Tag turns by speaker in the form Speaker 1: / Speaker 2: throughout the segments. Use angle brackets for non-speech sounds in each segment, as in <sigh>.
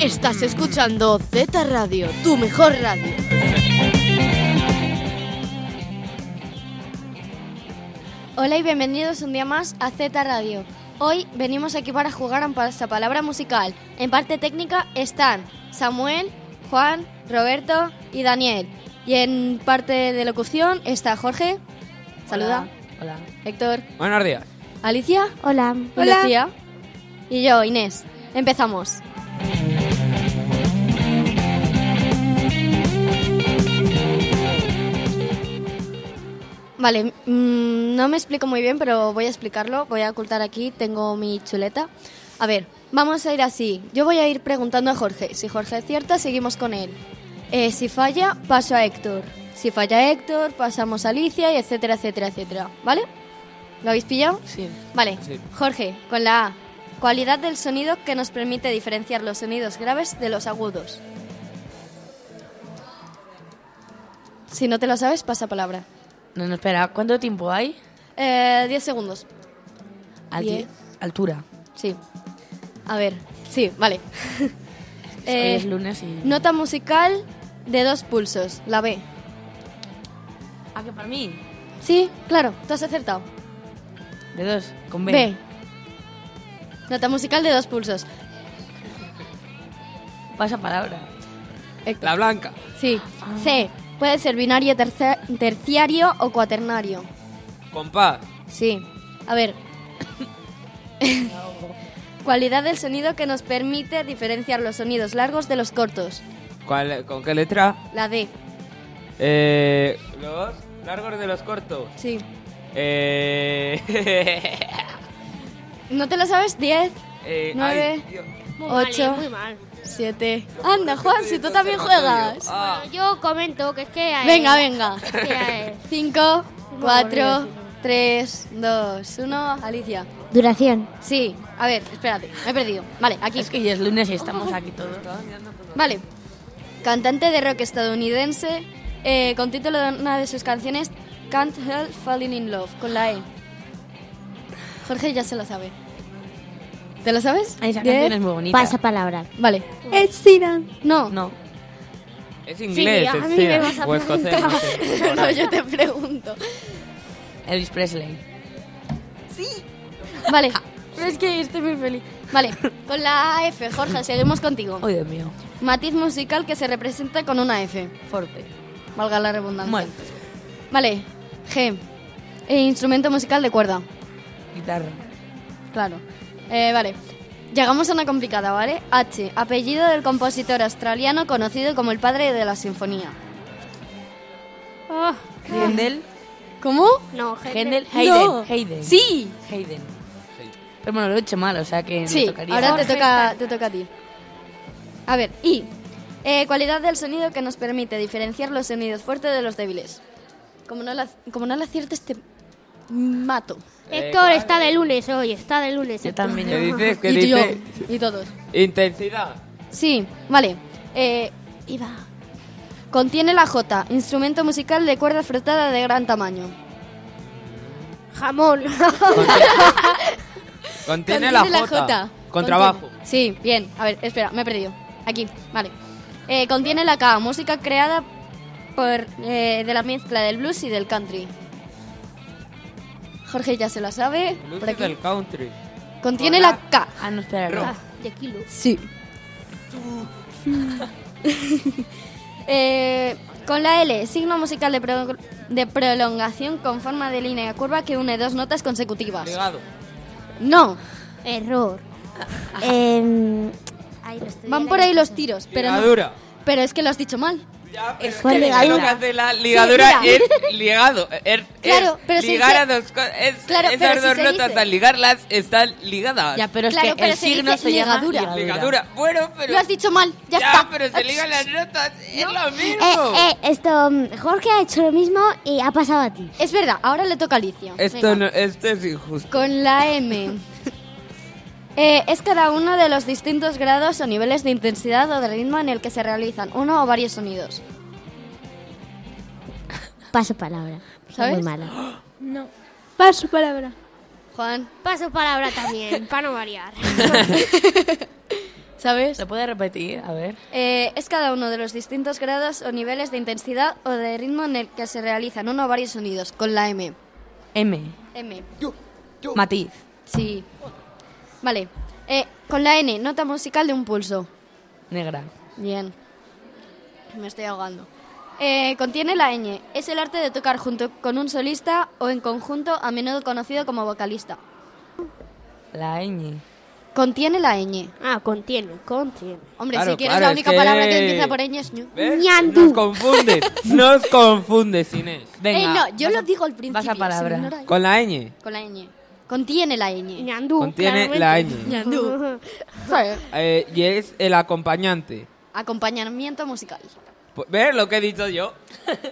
Speaker 1: Estás escuchando Z Radio, tu mejor radio.
Speaker 2: Hola y bienvenidos un día más a Z Radio. Hoy venimos aquí para jugar a un palabra musical. En parte técnica están Samuel, Juan, Roberto y Daniel. Y en parte de locución está Jorge. Saluda.
Speaker 3: Hola.
Speaker 2: Héctor.
Speaker 4: Buenos días.
Speaker 2: Alicia.
Speaker 5: Hola.
Speaker 2: y Lucía. Y yo, Inés. Empezamos. Vale, mm, no me explico muy bien, pero voy a explicarlo. Voy a ocultar aquí, tengo mi chuleta. A ver, vamos a ir así. Yo voy a ir preguntando a Jorge. Si Jorge acierta, seguimos con él. Eh, si falla, paso a Héctor. Si falla Héctor, pasamos a Alicia y etcétera, etcétera, etcétera. ¿Vale? ¿Lo habéis pillado?
Speaker 3: Sí.
Speaker 2: Vale,
Speaker 4: Sí.
Speaker 2: Jorge, con la A. Cualidad del sonido que nos permite diferenciar los sonidos graves de los agudos. Si no te lo sabes, pasa palabra.
Speaker 3: No, no, espera, ¿cuánto tiempo hay?
Speaker 2: Eh, 10 segundos.
Speaker 3: Alti-
Speaker 2: Diez.
Speaker 3: Altura.
Speaker 2: Sí. A ver, sí, vale.
Speaker 3: Hoy
Speaker 2: Eh,
Speaker 3: es lunes y.
Speaker 2: nota musical de dos pulsos, la B.
Speaker 3: Ah, que para mí.
Speaker 2: Sí, claro, tú has acertado.
Speaker 3: De dos, con B.
Speaker 2: B. Nota musical de dos pulsos.
Speaker 3: Pasa palabra.
Speaker 2: Héctor.
Speaker 4: La blanca.
Speaker 2: Sí. C. Puede ser binario, terce- terciario o cuaternario.
Speaker 4: Compás.
Speaker 2: Sí. A ver. <laughs> Cualidad del sonido que nos permite diferenciar los sonidos largos de los cortos.
Speaker 4: ¿Cuál- ¿Con qué letra?
Speaker 2: La D.
Speaker 4: Eh, los largos de los cortos.
Speaker 2: Sí.
Speaker 4: Eh, <laughs>
Speaker 2: ¿No te lo sabes? 10,
Speaker 4: eh,
Speaker 2: Nueve.
Speaker 4: ay, Dios.
Speaker 2: 8,
Speaker 5: muy mal.
Speaker 2: 7. Anda, Juan, si tú también juegas.
Speaker 4: Ah,
Speaker 5: Bueno, yo comento que es que... eh,
Speaker 2: Venga, venga.
Speaker 5: es que, eh,
Speaker 2: 5,
Speaker 5: muy
Speaker 2: 4,
Speaker 5: aburrido,
Speaker 2: 3, 2, 1. Alicia.
Speaker 5: Duración.
Speaker 2: Sí. A ver, espérate. Me he perdido. Vale, aquí.
Speaker 3: Es que ya es lunes y estamos aquí
Speaker 2: <laughs>
Speaker 3: todos.
Speaker 2: Vale. Cantante de rock estadounidense eh, con título de una de sus canciones Can't Help Falling in Love con la E. Jorge ya se lo sabe. ¿Te lo sabes?
Speaker 3: Ay, Esa
Speaker 2: Diez.
Speaker 3: canción es muy bonita.
Speaker 5: Pasa palabra.
Speaker 2: Vale.
Speaker 5: Ed Sheeran.
Speaker 2: No.
Speaker 3: No.
Speaker 4: es inglés,
Speaker 5: a
Speaker 4: es
Speaker 5: mí
Speaker 4: cierto.
Speaker 5: me vas a
Speaker 4: O escocés, no
Speaker 2: <laughs>
Speaker 4: sé.
Speaker 2: <laughs> no, yo te pregunto.
Speaker 3: Elvis Presley.
Speaker 2: Vale. Pero es que estoy muy feliz. Vale. Con la F, Jorge, seguimos contigo.
Speaker 3: Ay, Dios mío.
Speaker 2: Matiz musical que se representa con una F.
Speaker 3: Forte.
Speaker 2: Valga la redundancia.
Speaker 3: Bueno,
Speaker 2: Vale. G. eh, instrumento musical de cuerda.
Speaker 3: guitarra.
Speaker 2: Ah. Claro. Eh, vale. Llegamos a una complicada, ¿vale? H. Apellido del compositor australiano conocido como el padre de la sinfonía.
Speaker 5: Oh,
Speaker 3: Händel.
Speaker 2: ¿Cómo?
Speaker 5: no,
Speaker 3: Händel.
Speaker 5: gente.
Speaker 3: Hayden.
Speaker 2: No.
Speaker 3: Hayden.
Speaker 2: ¡Sí!
Speaker 3: Hayden. Pero bueno, lo he hecho mal, o sea que me
Speaker 2: Sí,
Speaker 3: tocaría.
Speaker 2: ahora te
Speaker 5: Jorge
Speaker 2: toca,
Speaker 5: Stark.
Speaker 2: te toca a ti. A ver, I. Eh, cualidad del sonido que nos permite diferenciar los sonidos fuertes de los débiles. Como no la, como no la aciertes, te mato.
Speaker 5: Héctor está de lunes hoy, está de lunes.
Speaker 3: Eh, Yo
Speaker 5: Héctor.
Speaker 3: también.
Speaker 4: ¿Qué dices? ¿Qué
Speaker 2: y tú y yo, <laughs>
Speaker 4: dices?
Speaker 2: Y todos.
Speaker 4: Intensidad.
Speaker 2: Sí, vale. Eh, iba. Contiene la J, instrumento musical de cuerda frotada de gran tamaño.
Speaker 5: Jamón.
Speaker 4: Contiene, la, J. Con trabajo.
Speaker 2: Contiene- Sí, bien. A ver, espera, me he perdido. Aquí, vale. Eh, contiene la K, música creada por eh, de la mezcla del blues y del country. Jorge ya se la sabe.
Speaker 4: Luces
Speaker 2: Por aquí.
Speaker 4: del country.
Speaker 2: Contiene
Speaker 4: Hola.
Speaker 2: la K.
Speaker 3: Ah, no, espera,
Speaker 4: Rock.
Speaker 5: <laughs>
Speaker 3: no.
Speaker 5: de kilo.
Speaker 4: <laughs>
Speaker 2: Sí. Eh, con la L, signo musical de, pro- de prolongación con forma de línea curva que une dos notas consecutivas.
Speaker 4: Ligado.
Speaker 2: No,
Speaker 3: <laughs>
Speaker 5: Error. Em, ay, lo estudié
Speaker 2: van
Speaker 5: el
Speaker 2: por
Speaker 5: año
Speaker 2: ahí los
Speaker 5: pasado.
Speaker 2: tiros, pero no-
Speaker 4: Ligadura.
Speaker 2: pero es que lo has dicho mal.
Speaker 3: Es
Speaker 2: ¿Cuál
Speaker 3: que
Speaker 2: ligadura?
Speaker 3: lo que hace la ligadura
Speaker 2: Sí, mira.
Speaker 4: es ligado. er,
Speaker 2: <laughs>
Speaker 4: es- es
Speaker 2: Claro, pero si
Speaker 4: ligar
Speaker 2: dice-
Speaker 4: a dos cosas. Es,
Speaker 2: Claro,
Speaker 4: esas
Speaker 2: pero si
Speaker 4: dos
Speaker 2: se
Speaker 4: notas
Speaker 2: dice-
Speaker 4: al ligarlas están ligadas.
Speaker 3: Ya, pero es
Speaker 2: Claro,
Speaker 3: que
Speaker 2: pero
Speaker 3: el
Speaker 2: se
Speaker 3: signo
Speaker 2: dice
Speaker 3: se llama
Speaker 2: ligadura.
Speaker 4: Ligadura. Bueno, pero.
Speaker 2: Lo has dicho mal, ya,
Speaker 4: Ya,
Speaker 2: está.
Speaker 4: pero se ligan las notas. Es lo
Speaker 5: Eh,
Speaker 4: mismo.
Speaker 5: eh, esto, mm, Jorge ha hecho lo mismo y ha pasado a ti.
Speaker 2: Es verdad, ahora le toca a Alicia.
Speaker 4: Esto,
Speaker 2: Venga.
Speaker 4: no- esto es injusto.
Speaker 2: Con la
Speaker 4: <laughs>
Speaker 2: M. Eh, es cada uno de los distintos grados o niveles de intensidad o de ritmo en el que se realizan uno o varios sonidos.
Speaker 5: Paso palabra.
Speaker 2: ¿Sabes?
Speaker 5: Muy mala.
Speaker 6: Paso palabra.
Speaker 2: Juan,
Speaker 5: <gasps> Paso palabra también, para
Speaker 3: <laughs>
Speaker 5: no variar.
Speaker 2: ¿sabes?
Speaker 3: ¿Se puede repetir? A ver.
Speaker 2: Eh, es cada uno de los distintos grados o niveles de intensidad o de ritmo en el que se realizan uno o varios sonidos. Con la M.
Speaker 3: M.
Speaker 2: M.
Speaker 3: Matiz.
Speaker 2: Sí. Vale. Eh, con la N, nota musical de un pulso.
Speaker 3: Negra.
Speaker 2: Bien. Me estoy ahogando. Eh, contiene la ñ. Es el arte de tocar junto con un solista o en conjunto, a menudo conocido como vocalista.
Speaker 3: La ñ.
Speaker 2: Contiene la ñ.
Speaker 5: Ah, contiene, contiene.
Speaker 2: Hombre,
Speaker 4: Claro,
Speaker 2: si quieres
Speaker 4: claro,
Speaker 2: la
Speaker 4: es
Speaker 2: única
Speaker 4: que-
Speaker 2: palabra que empieza por ñ es ñu.
Speaker 4: ¿Ves?
Speaker 5: Ñandú.
Speaker 2: <laughs>
Speaker 4: Nos confundes. Nos confundes, Inés.
Speaker 3: Venga.
Speaker 2: Ey, Eh, no, yo
Speaker 3: vas
Speaker 2: lo
Speaker 3: a-
Speaker 2: digo al principio.
Speaker 3: Vas a
Speaker 2: se
Speaker 3: palabra.
Speaker 2: ignora ahí.
Speaker 4: Con la ñ.
Speaker 2: Con la ñ. Contiene la ñ.
Speaker 5: Ñandú,
Speaker 4: Contiene la ñ.
Speaker 5: Ñandú.
Speaker 2: Joder.
Speaker 4: Eh, y es el acompañante.
Speaker 2: Acompañamiento musical.
Speaker 4: Pu- ¿Ves lo que he
Speaker 2: <laughs>
Speaker 4: dicho yo?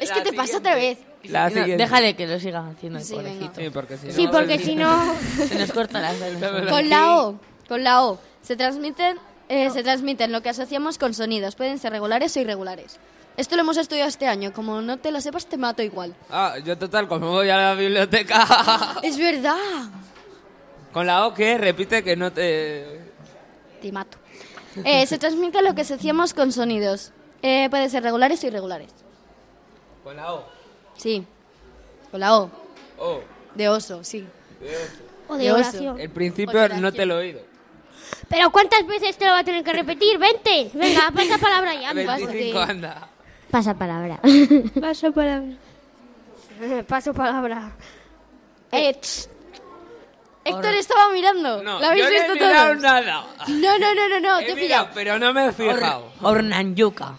Speaker 2: Es que te pasa otra vez.
Speaker 4: La
Speaker 3: No,
Speaker 4: siguiente.
Speaker 3: déjale que lo sigan haciendo el
Speaker 2: Sí, venga.
Speaker 3: pobrecito.
Speaker 4: Sí, porque si
Speaker 5: Sí,
Speaker 4: no-
Speaker 5: porque si no...
Speaker 3: <laughs> Se nos corta la
Speaker 4: Pero
Speaker 2: Con
Speaker 4: aquí-
Speaker 2: la O. Con la O. Se transmiten, eh, se transmiten lo que asociamos con sonidos. Pueden ser regulares o irregulares. Esto lo hemos estudiado este año. Como no te lo sepas, te mato igual.
Speaker 4: Ah, yo total, como voy a la biblioteca. <laughs>
Speaker 2: ¡Es verdad!
Speaker 4: Con la O que repite que no te.
Speaker 2: Te mato. Eh, se transmite lo que asociamos con sonidos. Eh, pueden ser regulares o irregulares.
Speaker 4: Con la O.
Speaker 2: Sí. Con la O.
Speaker 4: O.
Speaker 2: De oso, sí.
Speaker 5: <laughs> O
Speaker 2: De
Speaker 5: de
Speaker 2: oso.
Speaker 5: oración.
Speaker 4: El principio no te lo he oído.
Speaker 5: Pero ¿cuántas veces te lo va a tener que <laughs> repetir? ¡Vente! Venga, pasa palabra ya. pues, porque-
Speaker 4: 25 anda.
Speaker 5: Pasa <laughs> palabra.
Speaker 6: Paso palabra.
Speaker 5: <laughs> Paso palabra.
Speaker 2: Eh, tss. Héctor estaba mirando.
Speaker 4: No,
Speaker 2: ¿Lo habéis
Speaker 4: yo no he
Speaker 2: visto
Speaker 4: mirado
Speaker 2: todos? <laughs>
Speaker 4: nada.
Speaker 2: No, no, no, no, no. Te
Speaker 4: He
Speaker 2: he
Speaker 4: mirado,
Speaker 2: pillado.
Speaker 4: pero no me he fijado.
Speaker 3: Hornanyuca.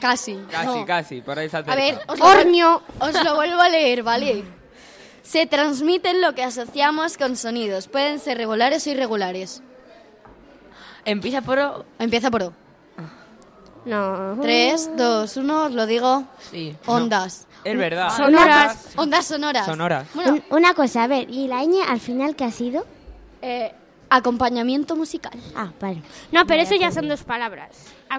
Speaker 2: Casi.
Speaker 4: Casi,
Speaker 2: No.
Speaker 4: casi, por ahí se acerca.
Speaker 2: A ver, os lo,
Speaker 5: Hornio.
Speaker 2: os lo vuelvo a leer, ¿vale? Se transmiten lo que asociamos con sonidos. Pueden ser regulares o irregulares.
Speaker 3: Empieza por O.
Speaker 2: Empieza por O.
Speaker 5: No.
Speaker 3: Uh.
Speaker 2: 3, 2, 1, os lo digo.
Speaker 3: Sí.
Speaker 2: Ondas.
Speaker 4: Es verdad.
Speaker 5: Sonoras.
Speaker 2: Ondas sonoras.
Speaker 4: Sonoras.
Speaker 2: Bueno,
Speaker 5: Un- una cosa, a ver, ¿y la ñ al final qué ha sido?
Speaker 2: eh, acompañamiento musical.
Speaker 5: Ah, vale. pues No, pero eso ya son dos palabras.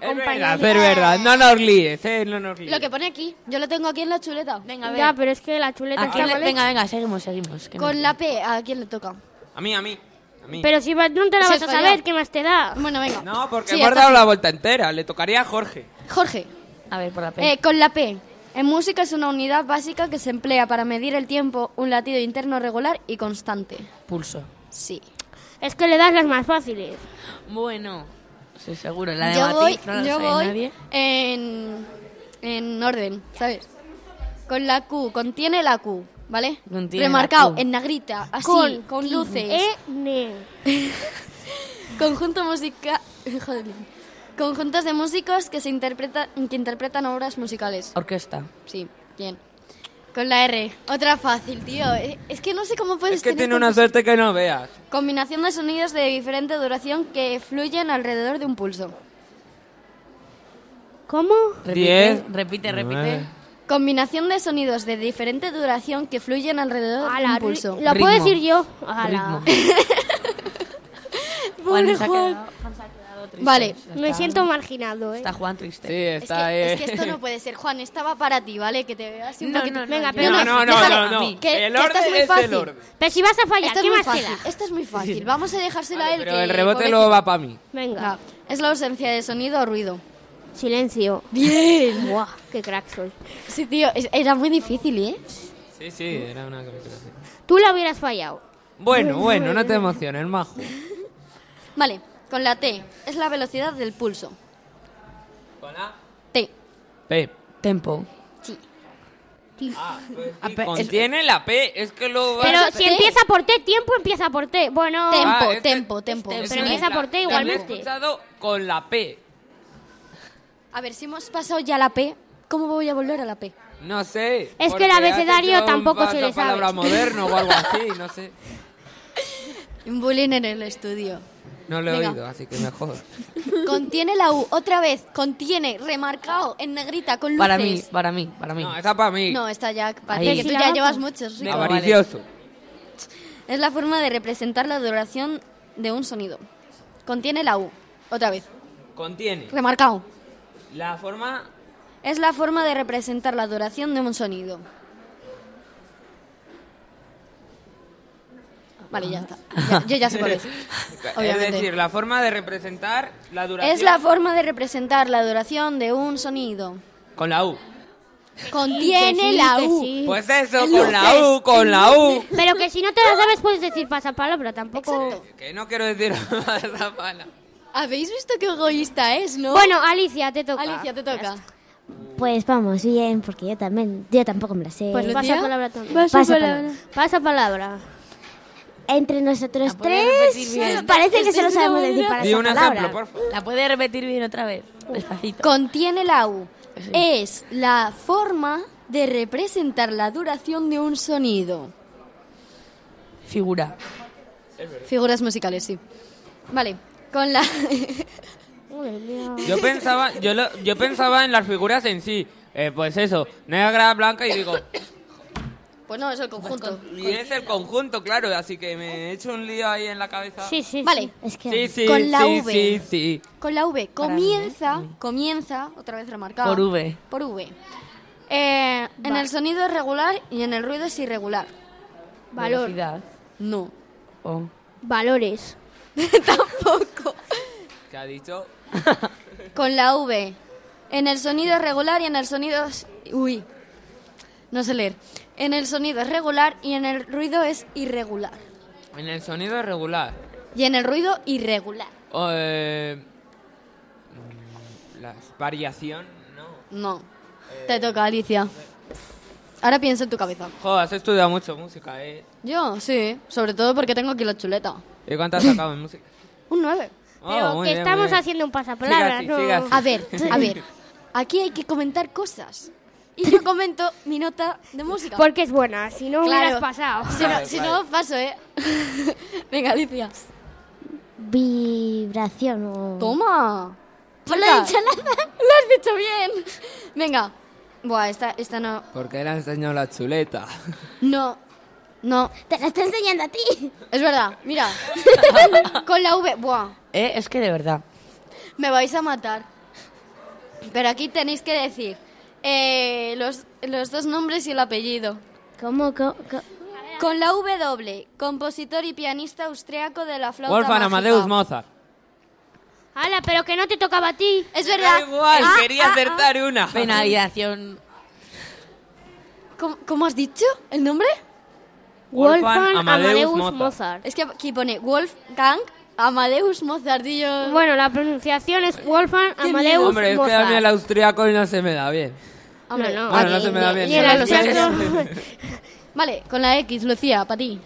Speaker 4: Es verdad, es verdad. No nos líes, eh, no nos líes.
Speaker 2: Lo que pone aquí. Yo lo tengo aquí en la chuleta.
Speaker 3: Venga, a ver.
Speaker 5: Ya, pero es que la chuleta
Speaker 3: ¿A
Speaker 5: está
Speaker 3: quién le-
Speaker 5: mal
Speaker 3: venga, venga, seguimos, seguimos. que
Speaker 2: Con
Speaker 3: no-
Speaker 2: la P, ¿a quién le toca?
Speaker 4: A mí, a mí. A mí.
Speaker 5: hecha. Pero si va- no te la
Speaker 2: Se
Speaker 5: vas a
Speaker 2: falló.
Speaker 5: saber, ¿qué más te da?
Speaker 2: Bueno, venga.
Speaker 4: No, porque
Speaker 2: Sí,
Speaker 4: hemos
Speaker 2: esta
Speaker 4: dado
Speaker 2: sí.
Speaker 4: la vuelta entera. Le tocaría a Jorge.
Speaker 2: Jorge,
Speaker 3: A ver, por la P.
Speaker 2: Eh, con la P. En música es una unidad básica que se emplea para medir el tiempo, un latido interno regular y constante.
Speaker 3: Pulso.
Speaker 2: Sí.
Speaker 5: Es que le das las más fáciles.
Speaker 3: Bueno. Sí, seguro. La de
Speaker 2: yo
Speaker 3: matiz
Speaker 2: voy,
Speaker 3: no la
Speaker 2: yo
Speaker 3: sabe
Speaker 2: voy
Speaker 3: nadie.
Speaker 2: En, en orden, ¿sabes? Con la Q, contiene la Q, ¿vale?
Speaker 3: Contiene
Speaker 2: Remarcado,
Speaker 3: la Q.
Speaker 2: en negrita, así,
Speaker 5: Con-
Speaker 2: con, luces.
Speaker 5: E, ne.
Speaker 2: Conjunto <laughs> musical... Conjuntos de músicos que, se interpreta, que interpretan obras musicales.
Speaker 3: Orquesta.
Speaker 2: Sí, bien. Con la R. Otra fácil, tío. Eh, Es que no sé cómo puedes
Speaker 4: Es que
Speaker 2: tener
Speaker 4: tiene una
Speaker 2: tantos-
Speaker 4: suerte que no veas.
Speaker 2: Combinación de sonidos de diferente duración que fluyen alrededor de un pulso.
Speaker 5: ¿Cómo?
Speaker 3: Repite,
Speaker 4: Diez.
Speaker 3: repite, repite.
Speaker 4: Nueve.
Speaker 2: Combinación de sonidos de diferente duración que fluyen alrededor de
Speaker 5: Ala,
Speaker 2: un pulso.
Speaker 3: Ritmo.
Speaker 5: ¿Lo puedo decir yo? Ala.
Speaker 3: Ritmo. Juan
Speaker 2: Pobre
Speaker 3: se ha
Speaker 2: Juan.
Speaker 3: quedado- Juan se ha quedado triste.
Speaker 2: Vale.
Speaker 5: <laughs> Me siento marginado, ¿eh?
Speaker 3: Está Juan
Speaker 4: Sí,
Speaker 3: triste.
Speaker 2: Es
Speaker 4: está
Speaker 2: que,
Speaker 4: eh.
Speaker 2: es que esto no puede ser. Juan, estaba para ti, ¿vale? Que te veas un
Speaker 3: No,
Speaker 2: poquito-
Speaker 3: no, no,
Speaker 2: Venga,
Speaker 3: yo-
Speaker 2: pero
Speaker 4: no, no, no,
Speaker 2: déjalo.
Speaker 4: no, no.
Speaker 2: Que- que
Speaker 4: El
Speaker 2: esto
Speaker 4: orden
Speaker 2: es muy
Speaker 4: es, el
Speaker 2: fácil.
Speaker 4: orden.
Speaker 5: Pero si vas a fallar,
Speaker 2: Esto es
Speaker 5: ¿qué
Speaker 2: muy
Speaker 5: más
Speaker 2: fácil.
Speaker 5: te da?
Speaker 2: Esto es muy fácil. Vamos a dejárselo a él.
Speaker 4: Pero
Speaker 2: que- este-
Speaker 4: el rebote
Speaker 2: pobrecito.
Speaker 4: luego va para mí.
Speaker 5: Venga.
Speaker 2: Ah, Es la ausencia de sonido o ruido.
Speaker 5: Silencio. Bien. <laughs> Buah, qué crack soy.
Speaker 2: Sí, tío, es- era muy difícil, ¿eh?
Speaker 4: Sí, sí, era una complicación.
Speaker 5: Tú la hubieras fallado.
Speaker 4: Bueno, bueno, no te emociones, majo.
Speaker 2: Vale, con la T. Es la velocidad del pulso.
Speaker 4: Con A.
Speaker 2: T.
Speaker 4: P.
Speaker 3: Tempo.
Speaker 4: Ah, Y
Speaker 3: A, P, es-
Speaker 4: contiene la P, es que luego va-
Speaker 5: Pero
Speaker 2: Vas a-
Speaker 5: si
Speaker 2: T.
Speaker 5: empieza por T, tiempo empieza por T. Bueno, ah,
Speaker 2: Tem- Tempo,
Speaker 4: es que-
Speaker 2: tempo, tempo.
Speaker 4: este- es que
Speaker 5: Pero
Speaker 4: la-
Speaker 5: empieza por T
Speaker 4: la-
Speaker 5: igualmente.
Speaker 4: la he escuchado con la P.
Speaker 2: A ver, si hemos pasado ya la P, ¿Cómo voy a volver a la P?
Speaker 4: No sé.
Speaker 5: que el
Speaker 4: porque has
Speaker 5: abecedario
Speaker 4: hecho un
Speaker 5: tampoco se le sabe.
Speaker 4: pasapalabra moderno o algo así, no sé.
Speaker 2: Un bullying en el estudio.
Speaker 4: No lo he
Speaker 2: Venga.
Speaker 4: oído, así que mejor.
Speaker 2: Contiene la U, otra vez, contiene, remarcado, en negrita, con luces.
Speaker 3: Para mí, para mí, para mí.
Speaker 4: No, está para mí.
Speaker 2: No, está ya, para
Speaker 3: Ahí.
Speaker 2: ti, que tú ya llevas muchos. Rico.
Speaker 3: Venga, vale.
Speaker 4: Avaricioso.
Speaker 2: Es la forma de representar la duración de un sonido. Contiene la U, otra vez,
Speaker 4: Contiene
Speaker 2: remarcado.
Speaker 4: la forma...
Speaker 2: Es la forma de representar la duración de un sonido. Vale, ya está. Ya- yo ya
Speaker 3: <laughs>
Speaker 2: sé cuál es. Obviamente.
Speaker 4: Es decir, la forma de representar la duración
Speaker 2: Es la forma de representar la duración de un sonido.
Speaker 4: con la U.
Speaker 2: Contiene la
Speaker 5: que
Speaker 2: U.
Speaker 5: sí.
Speaker 4: Pues eso, con la U, con la U.
Speaker 5: Pero que si no te la sabes puedes decir pasapalabra, tampoco...
Speaker 2: Exacto.
Speaker 4: Que no quiero decir <laughs> más la pala.
Speaker 2: ¿Habéis visto qué egoísta es, no? Ah.
Speaker 5: Bueno, Alicia, te toca.
Speaker 2: Alicia, te toca.
Speaker 7: Pues vamos bien, porque yo también, yo tampoco me la sé.
Speaker 5: Pues
Speaker 2: Lucía.
Speaker 5: pasapalabra también.
Speaker 2: Pues
Speaker 6: Pasapalabra.
Speaker 5: Pasapalabra.
Speaker 7: Entre
Speaker 3: ¿La
Speaker 7: nosotros
Speaker 3: puedes
Speaker 7: tres,
Speaker 3: Ah, repetir bien?
Speaker 7: <laughs> parece que solo sabemos decir para
Speaker 4: Di
Speaker 7: esa
Speaker 4: un
Speaker 7: palabra.
Speaker 4: ejemplo, por favor.
Speaker 3: ¿La puede repetir bien otra vez? Despacito.
Speaker 2: Contiene la U.
Speaker 3: Sí.
Speaker 2: Es la forma de representar la duración de un sonido.
Speaker 3: Figura.
Speaker 2: Figuras musicales, sí. Vale, con la...
Speaker 5: Madre mía.
Speaker 4: Yo pensaba, yo, lo- yo pensaba en las figuras en sí. Eh, pues eso, negra, blanca y digo,
Speaker 2: <laughs>
Speaker 4: <coughs>
Speaker 2: pues no, es el conjunto.
Speaker 4: y es el conjunto, claro, así que me he hecho un lío ahí en la cabeza.
Speaker 5: Sí, sí.
Speaker 2: Vale,
Speaker 7: Es que
Speaker 4: sí, sí,
Speaker 2: Con la
Speaker 4: sí,
Speaker 2: V.
Speaker 4: sí, sí.
Speaker 2: con la V.
Speaker 3: Para
Speaker 2: Comienza, comienza, otra vez remarcado.
Speaker 3: Por V.
Speaker 2: Por V. Eh, en el sonido es regular y en el ruido es irregular.
Speaker 5: Valor.
Speaker 3: Velocidad.
Speaker 2: No.
Speaker 3: O
Speaker 5: Valores.
Speaker 2: Tampoco.
Speaker 4: ¿Qué ha dicho?
Speaker 2: Con la V. En el sonido es regular y en el sonido es... Uy. No sé leer. En el sonido es regular y en el ruido es irregular.
Speaker 4: En el sonido regular.
Speaker 2: Y en el ruido irregular.
Speaker 4: O, eh, mm, la variación, no.
Speaker 2: No. Te toca, Alicia. Ahora piensa en tu cabeza.
Speaker 4: Joder, has estudiado mucho música, ¿eh?
Speaker 2: Yo, sí. Sobre todo porque tengo aquí la chuleta.
Speaker 4: ¿Y cuánto has sacado en música?
Speaker 2: Un 9.
Speaker 4: Oh,
Speaker 5: Pero
Speaker 4: muy
Speaker 5: que
Speaker 4: bien, muy
Speaker 5: estamos
Speaker 4: bien.
Speaker 5: haciendo un
Speaker 4: Siga
Speaker 5: pasapalabra,
Speaker 4: así,
Speaker 5: ¿no?
Speaker 4: siga así.
Speaker 2: A
Speaker 5: <laughs>
Speaker 2: ver, a ver. Aquí hay que comentar cosas. Y yo comento mi nota de música.
Speaker 5: Porque es buena, si no
Speaker 2: Claro.
Speaker 5: hubieras pasado.
Speaker 2: Si no,
Speaker 4: Vale,
Speaker 2: si
Speaker 4: vale.
Speaker 2: no, paso, ¿eh? <laughs> Venga, Alicia.
Speaker 7: vibración o...
Speaker 2: Toma. No he dicho nada. <laughs> Lo has dicho bien. Venga. Buah, esta, esta no.
Speaker 4: ¿Por qué le has enseñado la chuleta?
Speaker 2: No. No.
Speaker 7: Te la está enseñando a ti.
Speaker 2: Es verdad. Mira. <laughs> Con la V. Buah.
Speaker 3: Eh, es que de verdad.
Speaker 2: Me vais a matar. Pero aquí tenéis que decir eh, los, los dos nombres y el apellido.
Speaker 7: ¿Cómo, co- co-
Speaker 2: Con la V doble, compositor y pianista austriaco de la flauta
Speaker 4: Wolfgang
Speaker 2: mágica.
Speaker 4: Amadeus Mozart.
Speaker 5: Hala, pero que no te tocaba a ti.
Speaker 2: Es verdad.
Speaker 4: Da igual,
Speaker 2: Ah,
Speaker 4: quería acertar una.
Speaker 3: Penalización.
Speaker 2: ¿Cómo, cómo has dicho el nombre?
Speaker 4: Wolfgang
Speaker 5: Wolfgang
Speaker 4: Amadeus
Speaker 5: Amadeus,
Speaker 4: Mozart.
Speaker 5: Mozart.
Speaker 2: Es que aquí pone Wolfgang Amadeus Mozart y yo-
Speaker 5: Bueno, la pronunciación es Wolfgang
Speaker 2: Qué
Speaker 5: Amadeus
Speaker 4: Hombre, es que a mí el
Speaker 5: Mozart.
Speaker 4: austriaco y no se me da bien.
Speaker 2: Hombre,
Speaker 5: no, no.
Speaker 4: Bueno,
Speaker 2: aquí
Speaker 4: no se me da bien.
Speaker 5: Ni el
Speaker 4: Solo
Speaker 2: los
Speaker 4: <laughs>
Speaker 5: austriaco.
Speaker 2: Vale, con la X, Lucía, para ti.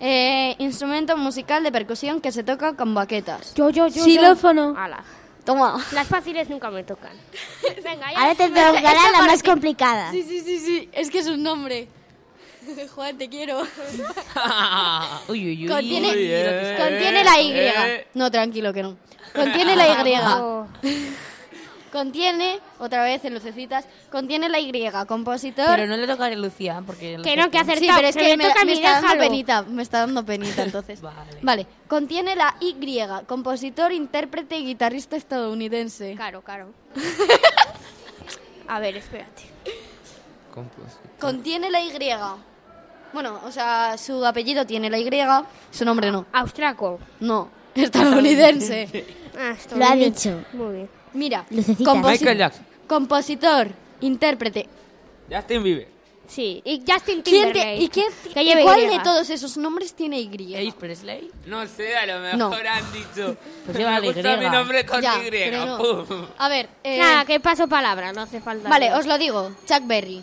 Speaker 2: Eh, instrumento musical de percusión que se toca con baquetas.
Speaker 5: Yo, yo, yo.
Speaker 6: Xilófono.
Speaker 5: yo. Hala.
Speaker 2: Toma.
Speaker 5: Las fáciles nunca
Speaker 2: <laughs>
Speaker 5: me tocan. Venga, ya.
Speaker 7: Ahora te tocará la más complicada.
Speaker 2: Sí, sí, sí, sí. Es que es un <laughs> nombre. Juan, te <laughs> quiero.
Speaker 3: Uy, uy, uy.
Speaker 2: Contiene,
Speaker 4: Uy, eh,
Speaker 2: contiene la Y.
Speaker 4: eh.
Speaker 2: No, tranquilo que no. Contiene la <laughs> Y.
Speaker 5: Oh.
Speaker 2: Contiene, otra vez en lucecitas, contiene la Y, compositor.
Speaker 3: Pero no le tocaré a Lucía porque...
Speaker 5: Que no, que hacer
Speaker 2: Sí, pero es que me,
Speaker 5: toca a
Speaker 2: me
Speaker 5: mí,
Speaker 2: está dando
Speaker 5: déjalo.
Speaker 2: penita, me está dando penita
Speaker 4: <laughs>
Speaker 2: entonces.
Speaker 3: Vale.
Speaker 2: contiene la Y, compositor, intérprete y guitarrista estadounidense. <laughs>
Speaker 5: Claro, claro. A ver, espérate.
Speaker 4: Compositor.
Speaker 2: Contiene la Y. Bueno, o sea, su apellido tiene la Y, su nombre no.
Speaker 5: Austraco.
Speaker 2: No, <laughs> estadounidense.
Speaker 5: <laughs> Ah, está
Speaker 7: Lo ha
Speaker 5: muy bien.
Speaker 7: dicho.
Speaker 5: Muy bien.
Speaker 2: Mira,
Speaker 7: Lucecita.
Speaker 2: composi-
Speaker 4: Michael Jackson.
Speaker 2: compositor, intérprete.
Speaker 4: Justin Bieber.
Speaker 5: Sí, y Justin
Speaker 2: ¿Quién te-
Speaker 5: Timberlake.
Speaker 2: ¿Y quién,
Speaker 5: que lleve
Speaker 2: cuál
Speaker 5: griega.
Speaker 2: de todos esos nombres tiene Y?
Speaker 3: Elvis Presley.
Speaker 4: No sé, a lo
Speaker 2: No.
Speaker 4: mejor han dicho.
Speaker 3: Pues lleva
Speaker 4: me
Speaker 3: la
Speaker 4: gusta
Speaker 3: Y.
Speaker 4: mi nombre con
Speaker 2: Ya,
Speaker 4: Y.
Speaker 2: pero no.
Speaker 4: pum.
Speaker 2: A ver, eh,
Speaker 5: Nada, que paso palabra, no hace falta.
Speaker 2: vale,
Speaker 5: que-
Speaker 2: os lo digo. Chuck Berry.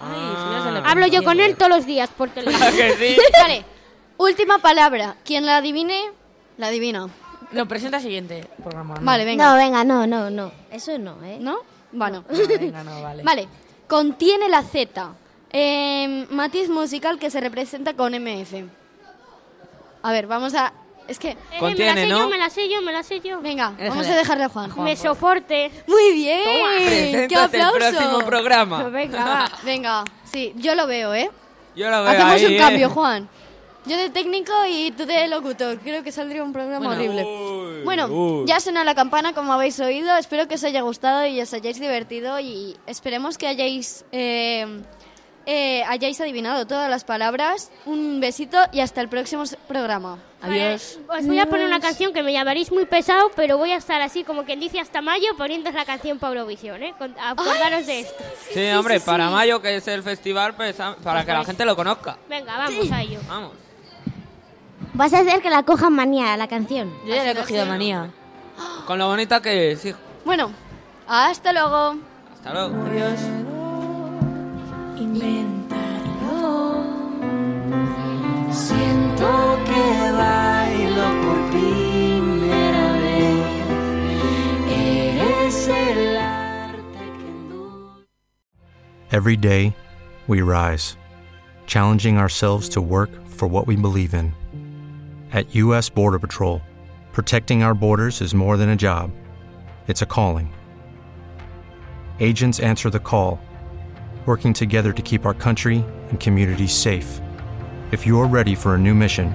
Speaker 3: Ay, si no se le-
Speaker 5: Hablo yo con él todos los días
Speaker 4: <laughs>
Speaker 5: por
Speaker 4: ¿A
Speaker 3: <laughs>
Speaker 5: teléfono. Eh,
Speaker 4: que sí?
Speaker 2: Vale, última palabra. Quien la adivine, la adivina.
Speaker 3: Lo presenta el siguiente programa. Ah, ¿no?
Speaker 2: Vale, venga.
Speaker 7: No, venga, no, no, no. Eso no, ¿eh?
Speaker 2: ¿No? Bueno. <laughs>
Speaker 3: Venga, no, vale.
Speaker 2: Vale, contiene la Z, eh, matiz musical que se representa con MF. A ver, vamos a... Es que...
Speaker 5: Eh,
Speaker 4: Contiene,
Speaker 5: me la sé
Speaker 4: ¿no?
Speaker 5: yo, me la sé yo, me la sé yo.
Speaker 2: Venga,
Speaker 3: Déjale.
Speaker 2: vamos a dejarle a Juan.
Speaker 5: Mesoforte.
Speaker 2: Muy bien. ¡Qué
Speaker 4: Preséntate el
Speaker 2: aplauso!
Speaker 4: próximo
Speaker 3: Ah.
Speaker 4: programa.
Speaker 2: <laughs>
Speaker 5: Venga, va.
Speaker 2: Venga, sí, yo lo veo, ¿eh?
Speaker 4: Yo lo veo
Speaker 2: Hacemos
Speaker 4: ahí,
Speaker 2: un
Speaker 4: ¿eh?
Speaker 2: cambio, Juan. Yo de técnico y tú de locutor. Creo que saldría un programa
Speaker 3: Bueno.
Speaker 2: horrible.
Speaker 4: Uy,
Speaker 2: Bueno,
Speaker 4: uy.
Speaker 2: ya sonó la campana como habéis oído. Espero que os haya gustado y os hayáis divertido y esperemos que hayáis eh, eh, hayáis adivinado todas las palabras. Un besito y hasta el próximo s- programa.
Speaker 3: Adiós.
Speaker 5: Os voy a poner una canción que me llamaréis muy pesado, pero voy a estar así, como quien dice, hasta mayo poniendo la canción para Eurovisión, ¿eh? Con- Acordaros de esto.
Speaker 4: Sí, hombre, para mayo, que es el festival, pues, a- para que la gente lo conozca.
Speaker 5: Venga, vamos a ello.
Speaker 4: Vamos.
Speaker 7: Vas a hacer que la cojan manía la canción.
Speaker 3: Yo ya le he cogido manía.
Speaker 4: Con lo bonita que es, hijo.
Speaker 2: Bueno, hasta luego.
Speaker 4: Hasta luego.
Speaker 3: Adiós.
Speaker 8: inventarlo. Siento que bailo por primera vez. Eres el arte que endurece.
Speaker 9: Every day, we rise, challenging ourselves to work for what we believe in. At U.S. Border Patrol, protecting our borders is more than a job, it's a calling. Agents answer the call, working together to keep our country and communities safe. If you're ready for a new mission,